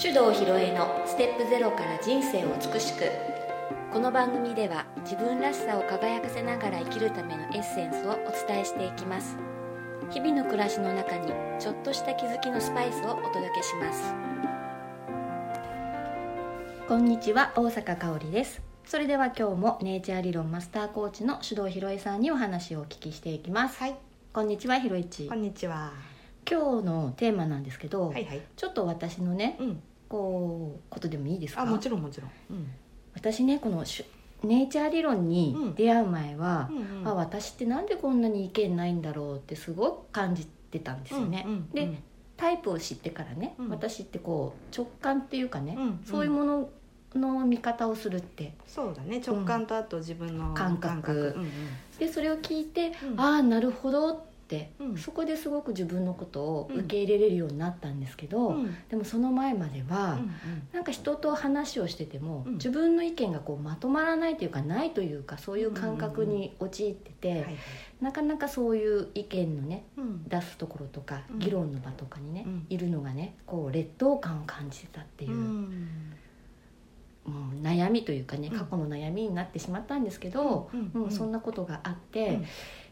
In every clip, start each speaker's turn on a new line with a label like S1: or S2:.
S1: 手動ひろえのステップゼロから人生を美しくこの番組では自分らしさを輝かせながら生きるためのエッセンスをお伝えしていきます日々の暮らしの中にちょっとした気づきのスパイスをお届けします
S2: こんにちは大阪香織ですそれでは今日もネイチャー理論マスターコーチの手動ひろえさんにお話をお聞きしていきます
S3: はい、
S2: こんにちはひろいち
S3: こんにちは。
S2: 今日のテーマなんですけど、
S3: はいはい。
S2: ちょっと私のね
S3: うん。
S2: こうことでもいいですか
S3: あ、もちろんもちろん。うん。
S2: 私ねこのしゅネイチャー理論に出会う前は、
S3: うんうん
S2: あ私ってなんでこんなに意見ないんだろうってすごく感じてたんですよね、
S3: うんうんうん
S2: でタイプを知ってからね、
S3: うん
S2: 私ってこう直感っていうかね、
S3: うんうん
S2: そういうものの見方をするって
S3: そうだね。直感とあと自分の
S2: 感覚
S3: うん
S2: でそれを聞いて、
S3: うん
S2: ああなるほどって、
S3: うん
S2: そこですごく自分のことを
S3: うん
S2: 受け入れれるようになったんですけど、
S3: うん。うん
S2: でもその前までは、
S3: うん
S2: なんか人と話をしてても、
S3: うん
S2: 自分の意見がこうまとまらないというかないというかそういう感覚に陥ってて、
S3: うん。はいはい。
S2: なかなかそういう意見のね
S3: うん。
S2: 出すところとか、
S3: うん
S2: 議論の場とかにね、
S3: うん
S2: いるのがねこう劣等感を感じてたっていう、
S3: うん
S2: もう悩みというかね
S3: うん
S2: 過去の悩みになってしまったんですけど、
S3: うん
S2: うん
S3: うん
S2: そんなことがあって、
S3: うん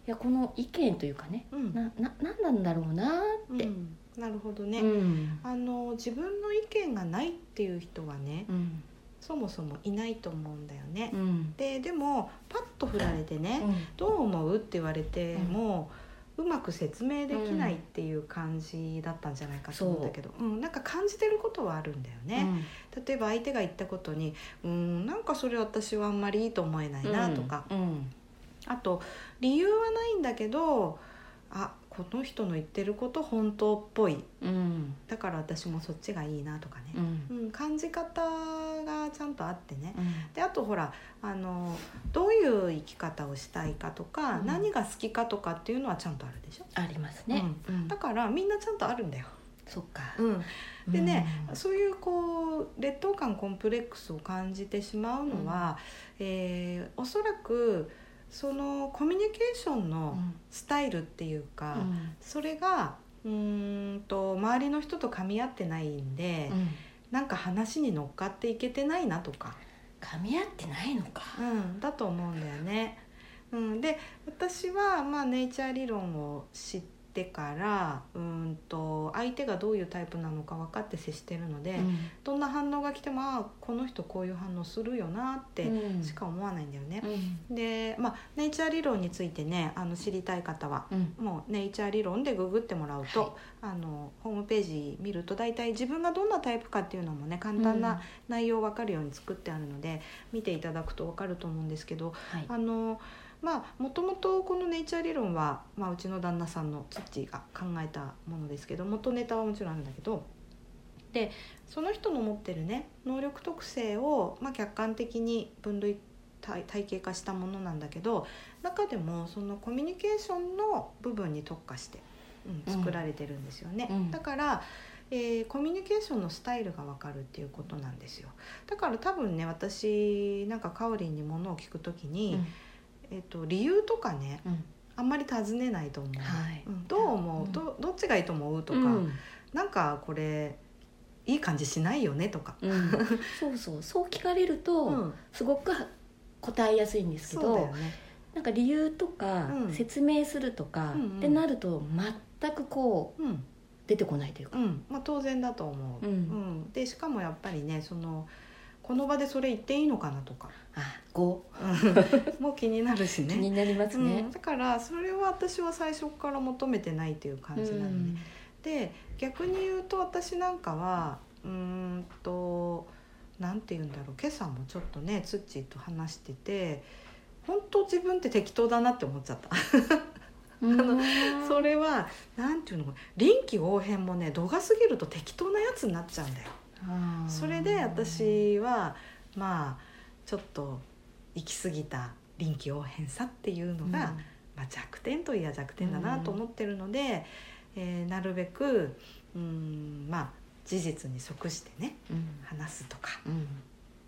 S2: いやこの意見というかね
S3: うん。
S2: なななんなんだろうなって。
S3: うんなるほど
S2: う
S3: ね。
S2: ん
S3: あの自分の意見がないっていう人はね、
S2: うん
S3: そもそもいないと思うんだよね
S2: う。ん
S3: で、でもパッと振られてね、どう思うって言われても、うまく説明できないっていう感じだったんじゃないかと思うんだけど、うんなんか感じてることはあるんだよね、例えば相手が言ったことに「うんなんかそれ私はあんまりいいと思えないな」とか、、
S2: うん
S3: あと理由はないんだけど「あこの人の言ってること本当っぽい
S2: うんうん
S3: だから私もそっちがいいな」とか
S2: う
S3: ね、
S2: ん
S3: うん、感じ方がちゃんとあってね
S2: うん
S3: であとほらあのどういう生き方をしたいかとか、
S2: うん
S3: 何が好きかとかっていうのはちゃんとあるでしょ
S2: ありますね、うん
S3: だからみんなちゃんとあるんだよ、
S2: そっか、
S3: でね、そういうこう劣等感コンプレックスを感じてしまうのは、えーおそらくそのコミュニケーション
S2: うん
S3: のスタイルっていうか、それがうーんと周りの人と噛み合ってないんで、
S2: うんうん
S3: なんか話に乗っかっていけてないなとか。
S2: 噛み合ってないのか、
S3: うん、だと思うんだよね。うん、で私は、まあ、ネイチャー理論を知ってからうんと相手がどういうタイプなのか分かって接してるので、
S2: うん
S3: どんな反応が来てもあこの人こういう反応するよなって
S2: うん
S3: しか思わないんだよね。
S2: うん
S3: で、まあ、ネイチャー理論についてねあの知りたい方は
S2: うん
S3: もうネイチャー理論でググってもらうと、
S2: はい
S3: あのホームページ見ると大体自分がどんなタイプかっていうのもね簡単な内容わかるように作ってあるので、見ていただくとわかると思うんですけど
S2: はい
S3: あのまあもともとこのネイチャー理論は、まあ、うちの旦那さんのツッチーが考えたものですけど元ネタはもちろんあるんだけどでその人の持ってるね能力特性を、まあ、客観的に分類体体系化したものなんだけど中でもそのコミュニケーションの部分に特化して、うん、作られてるんですよね、
S2: うん
S3: だから、えーコミュニケーションのスタイルがわかるっていうことなんですよだから多分ね私なんかかおりんにものを聞くときに、えっと理由とかね
S2: うん
S3: あんまり尋ねないと思う、
S2: はい
S3: うんどう思う、
S2: うん
S3: どどっちがいいと思うとか、
S2: うん
S3: なんかこれいい感じしないよねとか、
S2: うんそうそうそう聞かれると、
S3: うん
S2: すごく答えやすいんですけ
S3: そうだよ
S2: ど
S3: ね
S2: なんか理由とか、
S3: うん
S2: 説明するとか、
S3: うんうん
S2: ってなると全くこ
S3: うん
S2: う出てこないという
S3: う
S2: か、
S3: んまあ、当然だと思う、
S2: うん
S3: うんでしかもやっぱりねそのこの場でそれ言っていいのかなと か
S2: あ語
S3: もう気になるし
S2: 気
S3: ね
S2: になります
S3: う
S2: ね
S3: ん、。だからそれは私は最初から求めてないという感じなのね、で逆に言うと私なんかはうーんとなんて言うんだろう今朝もちょっとねツッチーと話してて本当自分って適当だなって思っちゃった
S2: うん
S3: の
S2: うん
S3: それはなんていうの臨機応変もね度が過ぎると適当なやつになっちゃうんだよ
S2: あー
S3: それで私はまあちょっと行き過ぎた臨機応変さっていうのが、まあ、弱点といや弱点だなと思ってるので、えーなるべくうんまあ事実に即してね
S2: うん
S3: 話すとか
S2: うん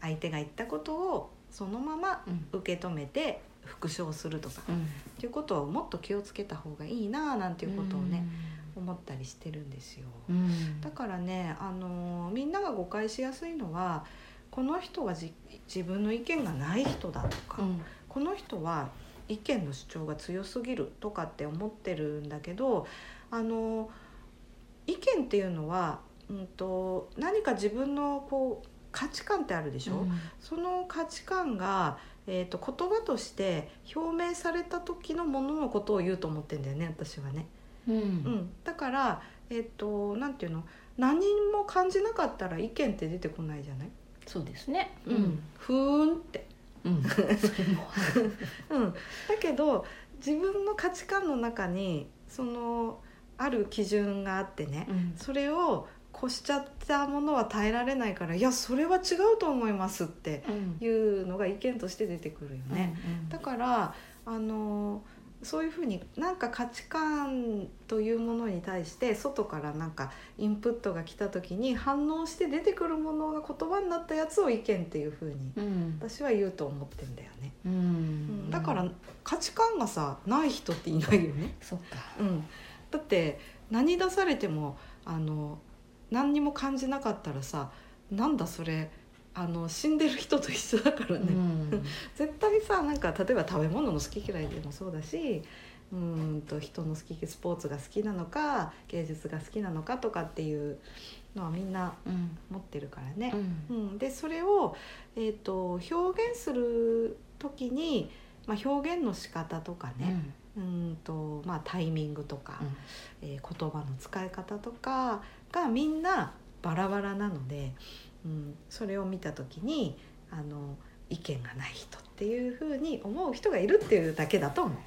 S3: 相手が言ったことをそのまま
S2: うん
S3: 受け止めて復唱するとか
S2: うん
S3: っていうことをもっと気をつけた方がいいなあなんていうことをね、
S2: うん
S3: 思ったりしてるんですよ。
S2: うん
S3: だからね、あのーみんなが誤解しやすいのはこの人はじ自分の意見がない人だとか、
S2: うん
S3: この人は意見の主張が強すぎるとかって思ってるんだけどあの意見っていうのは、うん、と何か自分のこう価値観ってあるでしょ、その価値観が、えー、と言葉として表明された時のもののことを言うと思ってんだよね私はね。
S2: うん
S3: うん、だから、えー、となんていうの何も感じなかったら意見って出てこないじゃない、
S2: そうですね
S3: ふーんって
S2: うんそれも
S3: うん、だけど自分の価値観の中にそのある基準があってね
S2: うん
S3: それを越しちゃったものは耐えられないからいやそれは違うと思いますって
S2: うん
S3: いうのが意見として出てくるよね。
S2: うん
S3: だからあのそういうふうになんか価値観というものに対して外からなんかインプットが来た時に反応して出てくるものが言葉になったやつを意見っていうふうに
S2: うん
S3: 私は言うと思ってんだよね。
S2: う
S3: うん
S2: ん
S3: だから価値観がさない人っていないよね、
S2: そっ か
S3: うん、だって何出されてもあの何にも感じなかったらさなんだそれあの死んでる人と一緒だからね、
S2: うん
S3: 絶対さなんか例えば食べ物の好き嫌いでもそうだしうーんと人の好きスポーツが好きなのか芸術が好きなのかとかっていうのはみんな
S2: うん
S3: 持ってるからね
S2: う。ん
S3: うん、でそれを、えー、と表現する時に、まあ、表現の仕方とかね、うんとまあ、タイミングとか、えー言葉の使い方とかがみんなバラバラなので、うん、それを見た時にあの意見がない人っていうふうに思う人がいるっていうだけだと思う。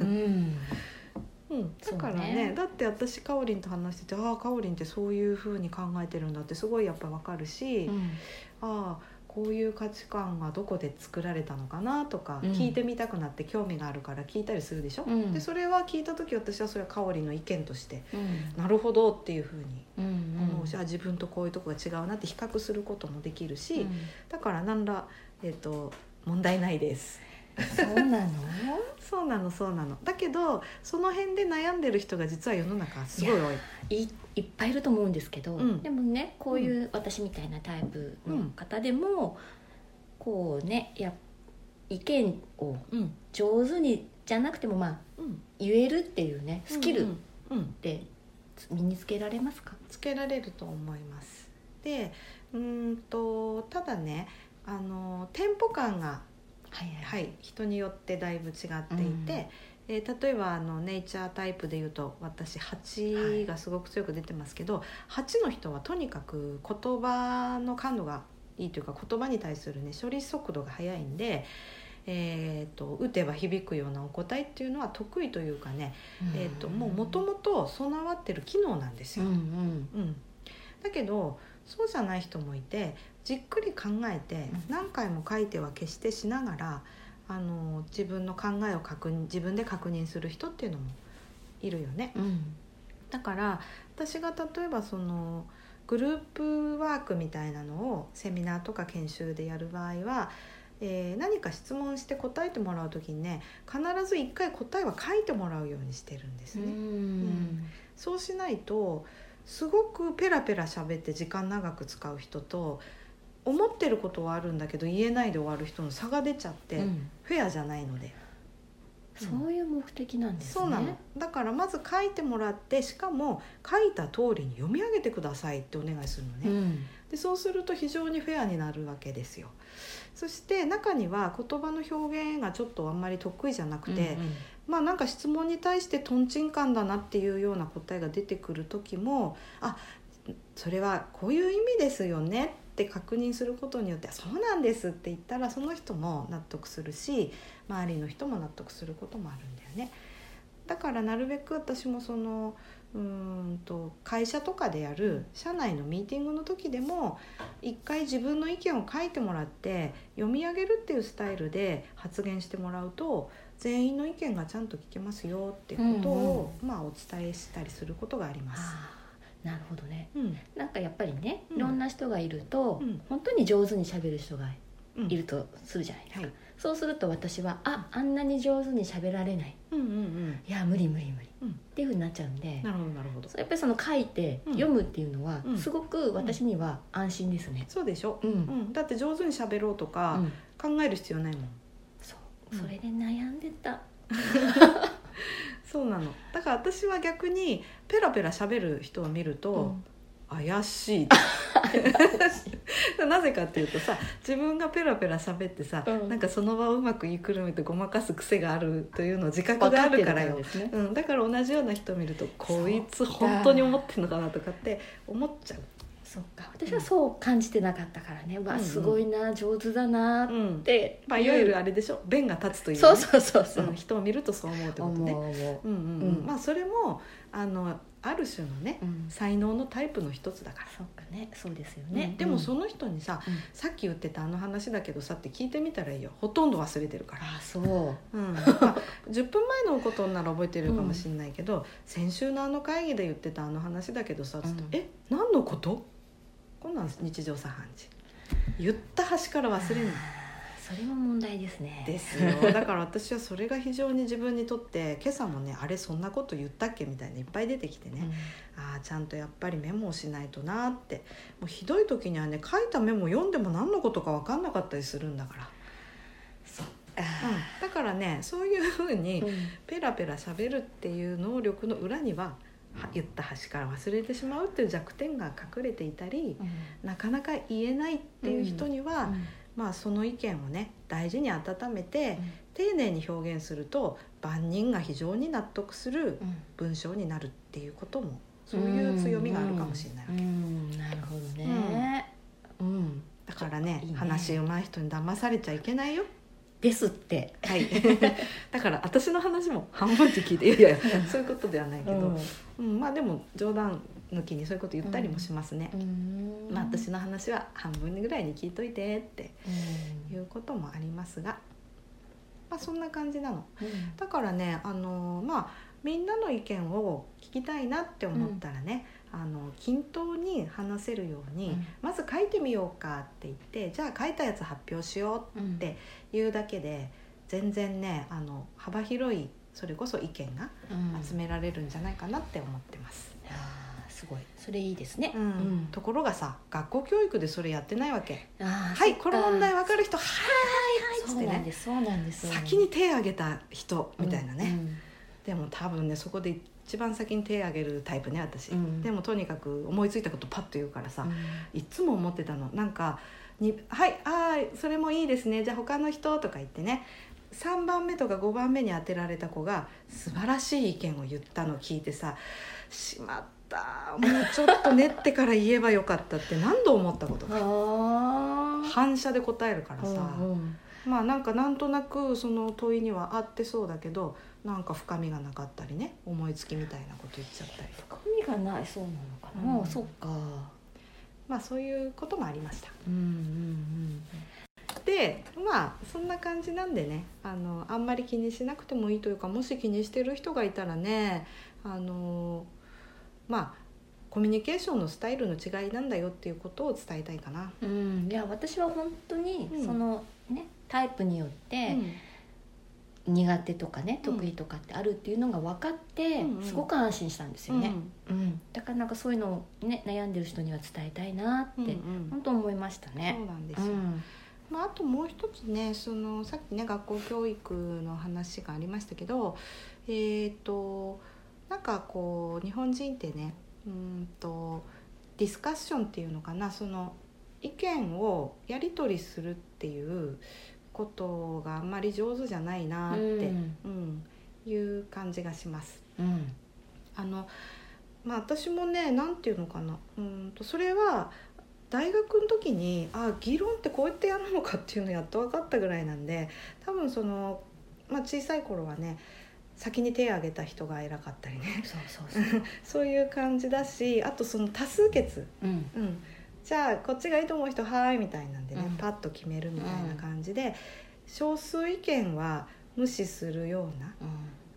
S2: うん
S3: うん、だから
S2: そう
S3: ね
S2: ね
S3: だって私かおりんと話しててああかおりんってそういうふうに考えてるんだってすごいやっぱわかるし、
S2: うん
S3: ああこういう価値観がどこで作られたのかなとか
S2: うん
S3: 聞いてみたくなって興味があるから聞いたりするでしょ、
S2: うん
S3: でそれは聞いた時私はそれは香りの意見として
S2: うん
S3: なるほどっていうふうに
S2: うん
S3: 思うし、あ自分とこういうとこが違うなって比較することもできるし、だから何ら、えっと問題ないです
S2: そうなの
S3: そうなのそうなのだけどその辺で悩んでる人が実は世の中すごい多い
S2: いいっぱいいると思うんですけど、
S3: うん
S2: でもねこういう私みたいなタイプの方でも、こうねや意見を
S3: うん
S2: 上手にじゃなくてもまあ
S3: うん
S2: 言えるっていうねスキル
S3: う
S2: っ
S3: んうん
S2: て身につけられますか、
S3: つけられると思います。でうーんとただねあのテンポ感が、
S2: はい、
S3: はいい、人によってだいぶ違っていて、
S2: うん
S3: えー例えばあのネイチャータイプで言うと私8がすごく強く出てますけど、8の人はとにかく言葉の感度がいいというか言葉に対する、ね、処理速度が速いんで。えー、と打てば響くようなお答えっていうのは得意というかね、えー、ともう元々備わってる機能なんです
S2: う
S3: よ。
S2: んうん
S3: うん、だけどそうじゃない人もいてじっくり考えて
S2: うん
S3: 何回も書いては決してしながらあの自分の考えを確認自分で確認する人っていうのもいるよね。
S2: うん
S3: だから私が例えばそのグループワークみたいなのをセミナーとか研修でやる場合は、えー何か質問して答えてもらう時にね必ず1回答えは書いてもらうようにしてるんです
S2: う
S3: ね。
S2: ん
S3: そうしないとすごくペラペラ喋って時間長く使う人と思ってることはあるんだけど言えないで終わる人の差が出ちゃって、
S2: うん
S3: フェアじゃないので、
S2: そういう目的なんですね
S3: そうなのだからまず書いてもらってしかも書いた通りに読み上げてくださいってお願いするの
S2: う
S3: ね、
S2: ん
S3: でそうすると非常にフェアになるわけですよそして中には言葉の表現がちょっとあんまり得意じゃなくて、
S2: うんうん
S3: まあなんか質問に対してとんちんンだなっていうような答えが出てくる時もあそれはこういう意味ですよねって確認することによってそうなんですって言ったらその人も納得するし周りの人も納得することもあるんだよね。だからなるべく私もそのうーんと会社とかでやる社内のミーティングの時でも一回自分の意見を書いてもらって読み上げるっていうスタイルで発言してもらうと全員の意見がちゃんと聞けますよっていうことを、まあ、お伝えしたりすることがあります。
S2: あーなるほどね
S3: うん
S2: なんかやっぱりね
S3: うん
S2: いろんな人がいると、
S3: うん
S2: 本当に上手にしゃべる人が
S3: うん
S2: いるとするじゃないですか、
S3: はい
S2: そうすると私はああんなに上手に喋られない
S3: うんうんうん
S2: いや無理無理無理、
S3: うん
S2: っていうふうになっちゃうんで
S3: なるほどなるほど
S2: そうやっぱりその書いて
S3: うん
S2: 読むっていうのは、
S3: うん
S2: すごく私には安心ですね、
S3: そうでしょ、
S2: うん
S3: うん、だって上手に喋ろうと
S2: う
S3: か、
S2: ん
S3: 考える必要ないもん
S2: そう
S3: うん
S2: それで悩んでた、
S3: そうなのだから私は逆にペラペラ喋る人を見ると、
S2: うん
S3: 怪し いなぜかっていうとさ自分がペラペラ喋ってさ、
S2: うん
S3: なんかその場をうまく言いくるめてごまかす癖があるというのを自覚があるから
S2: 分
S3: よ
S2: ってですね
S3: うん、だから同じような人見るとこいつ本当に思ってんのかなとかって思っちゃう、
S2: そうか私はそう感じてなかったからね、う
S3: う
S2: わ
S3: んうん
S2: すごいな上手だな
S3: う
S2: っ
S3: ん
S2: て、
S3: まあ、いわゆるあれでしょ弁が立つというね、
S2: そうそうそうそう
S3: うん人を見るとそう思うってこと
S2: 思
S3: ね
S2: う思
S3: うんうんうん
S2: うん
S3: まあそれもあのある種のね
S2: う、うん、そ
S3: 才能のタイプの一つだから
S2: うかねそうですよ
S3: ね
S2: ね、、
S3: でもそ
S2: の
S3: の人にさ、
S2: うん
S3: さっき言ってたあの話だけどさって聞いてみたらいいよほとんど忘れてるから、
S2: あそう
S3: うんまあ、10分前のことなら覚えてるかもしれないけど、先週のあの会議で言ってたあの話だけどさつって、
S2: うん
S3: え何のことこんなん日常茶飯事言った端から忘れない
S2: それも問題ですね
S3: ですよだから私はそれが非常に自分にとって今朝もねあれそんなこと言ったっけみたいないっぱい出てきてね、
S2: うん
S3: ああちゃんとやっぱりメモをしないとなーってもうひどい時にはね書いたメモを読んでも何のことか分かんなかったりするんだから、
S2: そっ
S3: うん
S2: か、
S3: だからねそういうふうに
S2: うん
S3: ペラペラしゃべるっていう能力の裏にはは言った端から忘れてしまうっていう弱点が隠れていたりなかなか言えないっていう人には、
S2: うん
S3: まあ、その意見をね大事に温めて
S2: うん
S3: 丁寧に表現すると万人が非常に納得する
S2: うん
S3: 文章になるっていうこともそういう強みがあるかもしれないわけ
S2: うんうんなるほどね、うん、
S3: だからね
S2: いいね
S3: 話うまい人に騙されちゃいけないよ。
S2: ですって
S3: はい。 だから私の話も半分って聞いていやいやそういうことではないけど、うんまあでも冗談抜きにそういうこと言ったりもしますね。
S2: うん
S3: まあ私の話は半分ぐらいに聞いといてって
S2: うん
S3: いうこともありますが、まあそんな感じなの。
S2: うん
S3: だからねあのまあみんなの意見を聞きたいなって思ったらね、あの均等に話せるように、
S2: うん
S3: まず書いてみようかって言ってじゃあ書いたやつ発表しよ
S2: うん
S3: でういうだけで全然ねあの幅広いそれこそ意見が
S2: うん
S3: 集められるんじゃないかなって思ってます。
S2: いやーすごいそれいいですね、
S3: うんところがさ学校教育でそれやってないわけ。
S2: あー
S3: はい
S2: そっか
S3: この問題わかる人はいはい
S2: そう
S3: はいっつっ
S2: なん
S3: てね
S2: ですそうなんです
S3: 先に手挙げた人みたいなね。
S2: うん
S3: でも多分ねそこで一番先に手挙げるタイプね私、
S2: うん
S3: でもとにかく思いついたことパッと言うからさ、
S2: うん
S3: いつも思ってたのなんかに「はいあーそれもいいですねじゃあ他の人」とか言ってね3番目とか5番目に当てられた子が素晴らしい意見を言ったのを聞いてさ「しまったもうちょっと練ってから言えばよかった」って何度思ったことか
S2: あー
S3: 反射で答えるからさ、
S2: うん
S3: まあなんかなんとなくその問いには合ってそうだけどなんか深みがなかったりね思いつきみたいなこと言っちゃったりとか
S2: 意味がないそうなのかな、
S3: うん
S2: そっか
S3: まあそういうこともありました
S2: うんうん
S3: でまあそんな感じなんでねあのあんまり気にしなくてもいいというかもし気にしてる人がいたらねあのまあコミュニケーションのスタイルの違いなんだよっていうことを伝えたいかな。
S2: うんうんいや私は本当に
S3: うん
S2: そのねタイプによって、苦手とかね
S3: うん
S2: 得意とかってあるっていうのが分かって、
S3: うんうん
S2: すごく安心したんですよ
S3: ね
S2: ね、うんだからなんかそういうのを、ね、悩んでる人には伝えたいな
S3: う
S2: っ
S3: んう
S2: て、
S3: ん
S2: 本当思いましたね
S3: そうなんです
S2: う
S3: よ、
S2: ん
S3: まあ、あともう一つねそのさっきね学校教育の話がありましたけどえっ、となんかこう日本人ってねうーんとディスカッションっていうのかなその意見をやり取りするっていうことがあんまり上手じゃないなって、
S2: うん
S3: うんいう感じがします。
S2: うん
S3: あのまあ、私もねなんていうのかなうーんとそれは大学の時にあ議論ってこうやってやるのかっていうのやっと分かったぐらいなんで多分その、まあ、小さい頃はね先に手を挙げた人が偉かったりね
S2: そうそうそう、
S3: そういう感じだしあとその多数決、
S2: うん
S3: うん、じゃあこっちがいいと思う人はーいみたいなんでね、
S2: うん
S3: パッと決めるみたいな感じで、少数意見は無視するような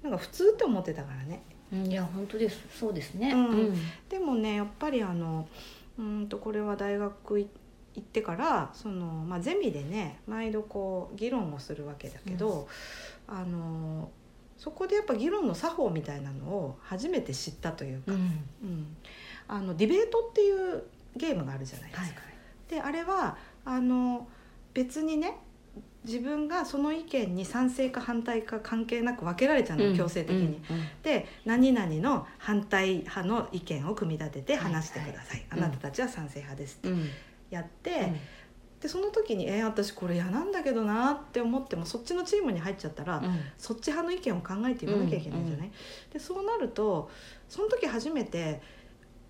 S3: なんか普通って思ってたからね
S2: うん、いや本当ですそうですね
S3: うんでもねやっぱりあのうーんとこれは大学い行ってからその、まあ、ゼミでね毎度こう議論をするわけだけど、あのそこでやっぱ議論の作法みたいなのを初めて知ったというか、
S2: うん
S3: うんあのディベートっていうゲームがあるじゃないですか。
S2: はい
S3: であれはあの別にね自分がその意見に賛成か反対か関係なく分けられちゃうの、強制的に。
S2: うんうん
S3: で何々の反対派の意見を組み立てて話してくださ
S2: は
S3: い、
S2: い
S3: あなたたちは賛成派ですって
S2: うん
S3: やって、でその時に「えー私これ嫌なんだけどな」って思ってもそっちのチームに入っちゃったら、
S2: うん
S3: そっち派の意見を考えて言わなきゃいけないじゃない、でそうなるとその時初めて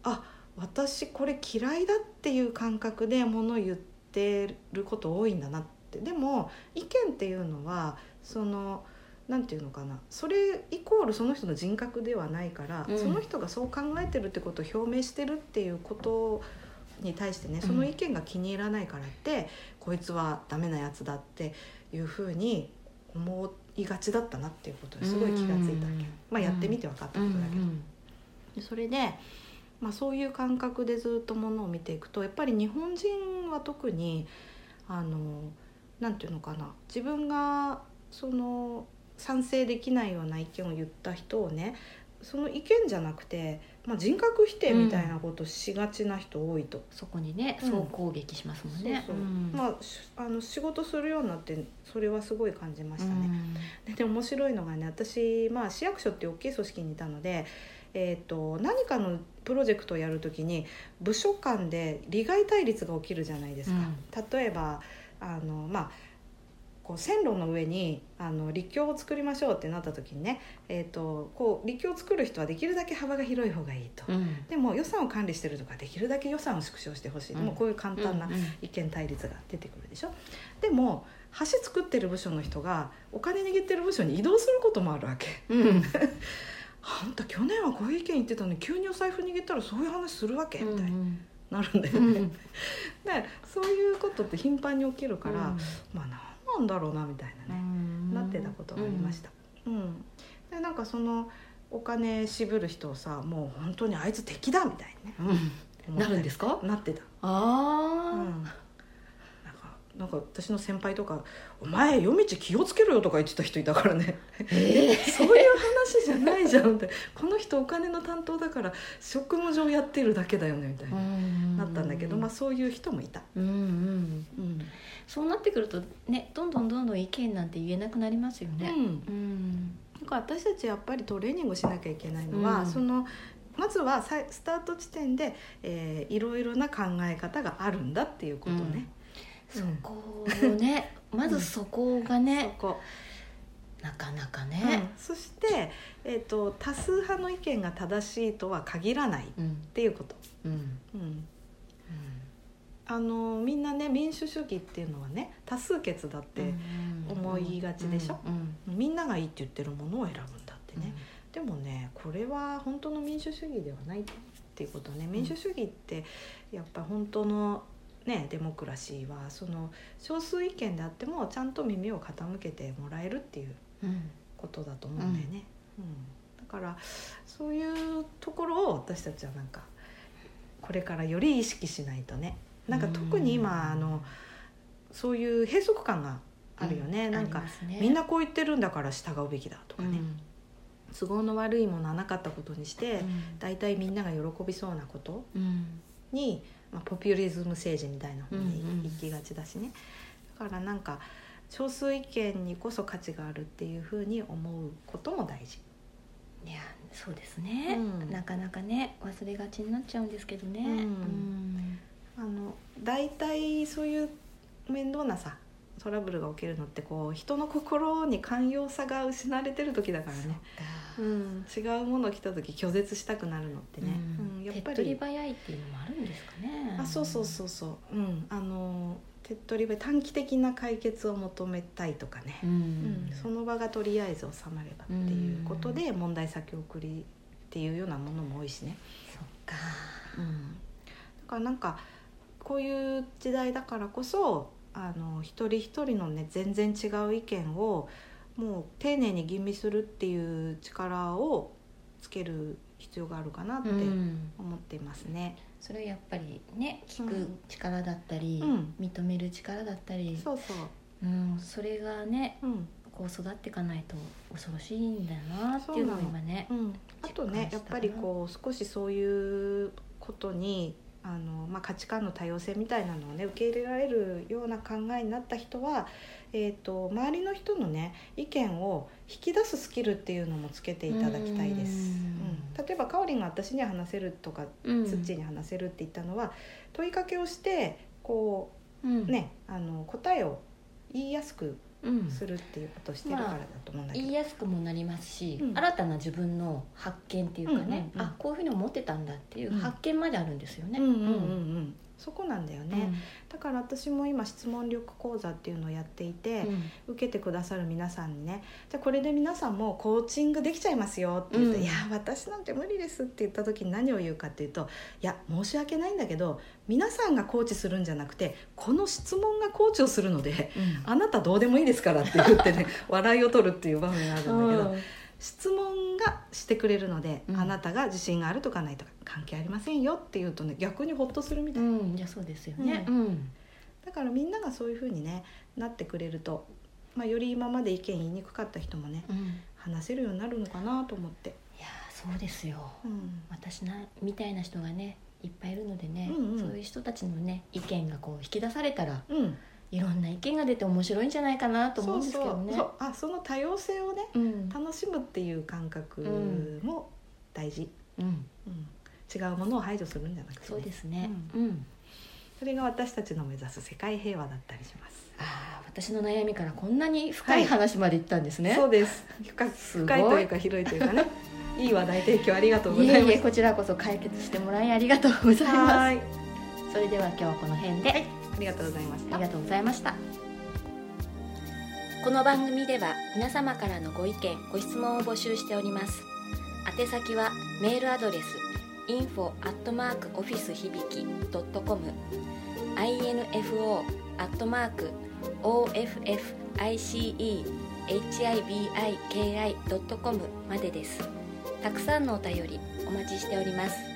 S3: あ私これ嫌いだっていう感覚で物言ってること多いんだなってでも意見っていうのはそのなんていうのかなそれイコールその人の人格ではないから、
S2: うん
S3: その人がそう考えてるってことを表明してるっていうことに対してねその意見が気に入らないからって、こいつはダメなやつだっていうふうに思いがちだったなっていうことにすごい気がついたわ
S2: うん
S3: け、まあ、やってみて分かったことだけど、でそれで、まあ、そういう感覚でずっとものを見ていくとやっぱり日本人は特にあのなんていうのかな自分がその賛成できないような意見を言った人をねその意見じゃなくて、まあ、人格否定みたいなことをしがちな人多いと
S2: そこにね、
S3: うん
S2: 総攻撃しますもんね。
S3: そう
S2: う
S3: そう
S2: ん
S3: まあ、しあの仕事するようになってそれはすごい感じましたね。でで面白いのがね私、まあ、市役所っていう大きい組織にいたので、えー、と何かのプロジェクトをやるときに部署間で利害対立が起きるじゃないですか。例えばあの、まあこう線路の上にあの陸橋を作りましょうってなった時にね、えー、とこう陸橋を作る人はできるだけ幅が広い方がいいと、
S2: うんうん
S3: でも予算を管理してるとかできるだけ予算を縮小してほしい、
S2: うん
S3: もうこういう簡単な
S2: うんうん
S3: 意見対立が出てくるでしょでも橋作ってる部署の人がお金握ってる部署に移動することもあるわけ
S2: うん
S3: あんた去年はこういう意見言ってたのに急にお財布握ったらそういう話するわけみたいになるん だよね、
S2: うんう
S3: で
S2: ん
S3: そういうことって頻繁に起きるから、
S2: うん
S3: まあ何なんだろうなみたいなね、なってたことがありました、うんでなんかそのお金渋る人をさもう本当にあいつ敵だみたいにね
S2: うんうんなるんですすか？
S3: なってた
S2: あ
S3: う
S2: あ、
S3: んなんかなんか私の先輩とか「お前夜道気をつけろよ」とか言ってた人いたからね
S2: ええ
S3: そういう話じゃないじゃんってこの人お金の担当だから職務上やってるだけだよねみたいな、なったんだけど、まあ、そういう人もいた、
S2: うんうん、そうなってくるとね、どんどんどんどん意見なんて言えなくなりますよね。
S3: うん
S2: うん、
S3: なんか私たちやっぱりトレーニングしなきゃいけないのは、
S2: うん
S3: そのまずはさいスタート地点で、えーいろいろな考え方があるんだっていうことね、
S2: そこをね、まずそこが
S3: そ
S2: ね、
S3: こ
S2: なかなか
S3: うん
S2: ね、
S3: そして、えー、と多数派の意見が正しいとは限らないっ
S2: うん
S3: ていうこと、
S2: うん
S3: うん、あのみんなね民主主義っていうのはね多数決だって、思いがちでしょ
S2: うんうん
S3: みんながいいって言ってるものを選ぶんだって
S2: うん
S3: ね、でもねこれは本当の民主主義ではないっていうことね民主主義ってやっぱ本当のね、デモクラシーはその少数意見であってもちゃんと耳を傾けてもらえるっていう
S2: うん
S3: ことだと思うんだよね、うんだからそういうところを私たちはなんかこれからより意識しないとねなんか特に今あのそういう閉塞感があるよね、
S2: う
S3: なんか
S2: ありますね
S3: みんなこう言ってるんだから従うべきだとか
S2: う
S3: ね、
S2: ん
S3: 都合の悪いものはなかったことにして、
S2: うん
S3: 大体みんなが喜びそうなこと
S2: うん
S3: に、まあ、ポピュリズム政治みたいな方に
S2: うんうん
S3: 行きがちだしね、だからなんか少数意見にこそ価値があるっていうふうに思うことも大事。
S2: いやそうですね、
S3: うん
S2: なかなかね忘れがちになっちゃうんですけどね、
S3: うん
S2: うん
S3: あの大体そういう面倒なさトラブルが起きるのってこう人の心に寛容さが失われてる時だから
S2: そう
S3: ね、
S2: か
S3: うん、違うもの来た時拒絶したくなるのってね、
S2: うん
S3: うんやっぱ
S2: 手っ取り
S3: り
S2: 早いっていうのもあるんですかね
S3: あそうそうそうそううんあの手っ取り早い短期的な解決を求めたいとかね、
S2: う
S3: うん
S2: ん、
S3: その場がとりあえず収まればっていうことで問題先送りっていうようなものも多いしね、
S2: そっか
S3: うん、だからなんかこういう時代だからこそあの一人一人のね全然違う意見をもう丁寧に吟味するっていう力をつける必要があるかなって
S2: うん、
S3: 思っていますね。
S2: それはやっぱりね聞
S3: う
S2: く
S3: ん
S2: 力だったり、
S3: うん
S2: 認める力だったり
S3: そうそ
S2: う
S3: う、
S2: ん、それがね
S3: うん
S2: こう育っていかないと恐ろしいんだよなっていうのを今ね
S3: うん、あとね
S2: 実感した
S3: やっぱりこう少しそういうことにあの、まあ、価値観の多様性みたいなのをね受け入れられるような考えになった人は、えー、と周りの人のね意見を引き出すスキルっていうのもつけていただきたいです。
S2: うん
S3: うん例えばかおりんが私には話せるとか
S2: うん
S3: つっちーに話せるって言ったのは問いかけをしてこ
S2: うん
S3: うねあの答えを言いやすく
S2: うん
S3: するっていうことをしてるからだと思うんだけど
S2: 言いやすくもなりますし、
S3: うん
S2: 新たな自分の発見っていうかね、
S3: うんうんうん
S2: あこういうふうに思ってたんだっていう
S3: うん
S2: 発見まであるんですよね。
S3: うんうんうんうんそこなんだよ
S2: うん
S3: ね、だから私も今質問力講座っていうのをやっていて、
S2: うん
S3: 受けてくださる皆さんにねじゃあこれで皆さんもコーチングできちゃいますよって言って、
S2: うん
S3: いや私なんて無理ですって言った時に何を言うかっていうといや申し訳ないんだけど皆さんがコーチするんじゃなくてこの質問がコーチをするので。あなたどうでもいいですからって言って ね笑いを取るっていう場面があるんだけど、質問がしてくれるので、
S2: うん
S3: あなたが自信があるとかないとか関係ありませんよって言うとね逆にほっとするみたいな
S2: うんうんいやそうですよね。
S3: う
S2: うん
S3: だからみんながそういう風にねなってくれると、まあ、より今まで意見言いにくかった人もね
S2: うんい
S3: 話せるようになるのかなと思って、
S2: やそうですよ。
S3: うん
S2: 私なみたいな人がねいっぱいいるのでね、
S3: うんうん
S2: そういう人たちのね意見がこう引き出されたら
S3: うん、
S2: いろんな意見が出て面白いんじゃないかなと思うんですけどね。
S3: そうそうそうあその多様性をね
S2: うん
S3: 楽しむっていう感覚も大事、
S2: うん、
S3: うん、違うものを排除するんじゃなくてね、
S2: そうですね。
S3: う
S2: うん
S3: それが私たちの目指す世界平和だったりします、
S2: ああ私の悩みからこんなに深い話までいったんですね、
S3: そうです深い
S2: すごい
S3: 深いというか広いという かねいい話題提供ありがとうござ
S2: え
S3: い
S2: い
S3: ま
S2: え
S3: す
S2: こちらこそ解決してもらいありがとうござい
S3: は
S2: ま
S3: ーい
S2: すそれでは今日はこの辺で、
S3: ありがとうございました
S2: ありがとうございました
S1: この番組では皆様からのご意見ご質問を募集しております宛先はメールアドレス info office 響き .com info officehibiki.com までですたくさんのお便りお待ちしております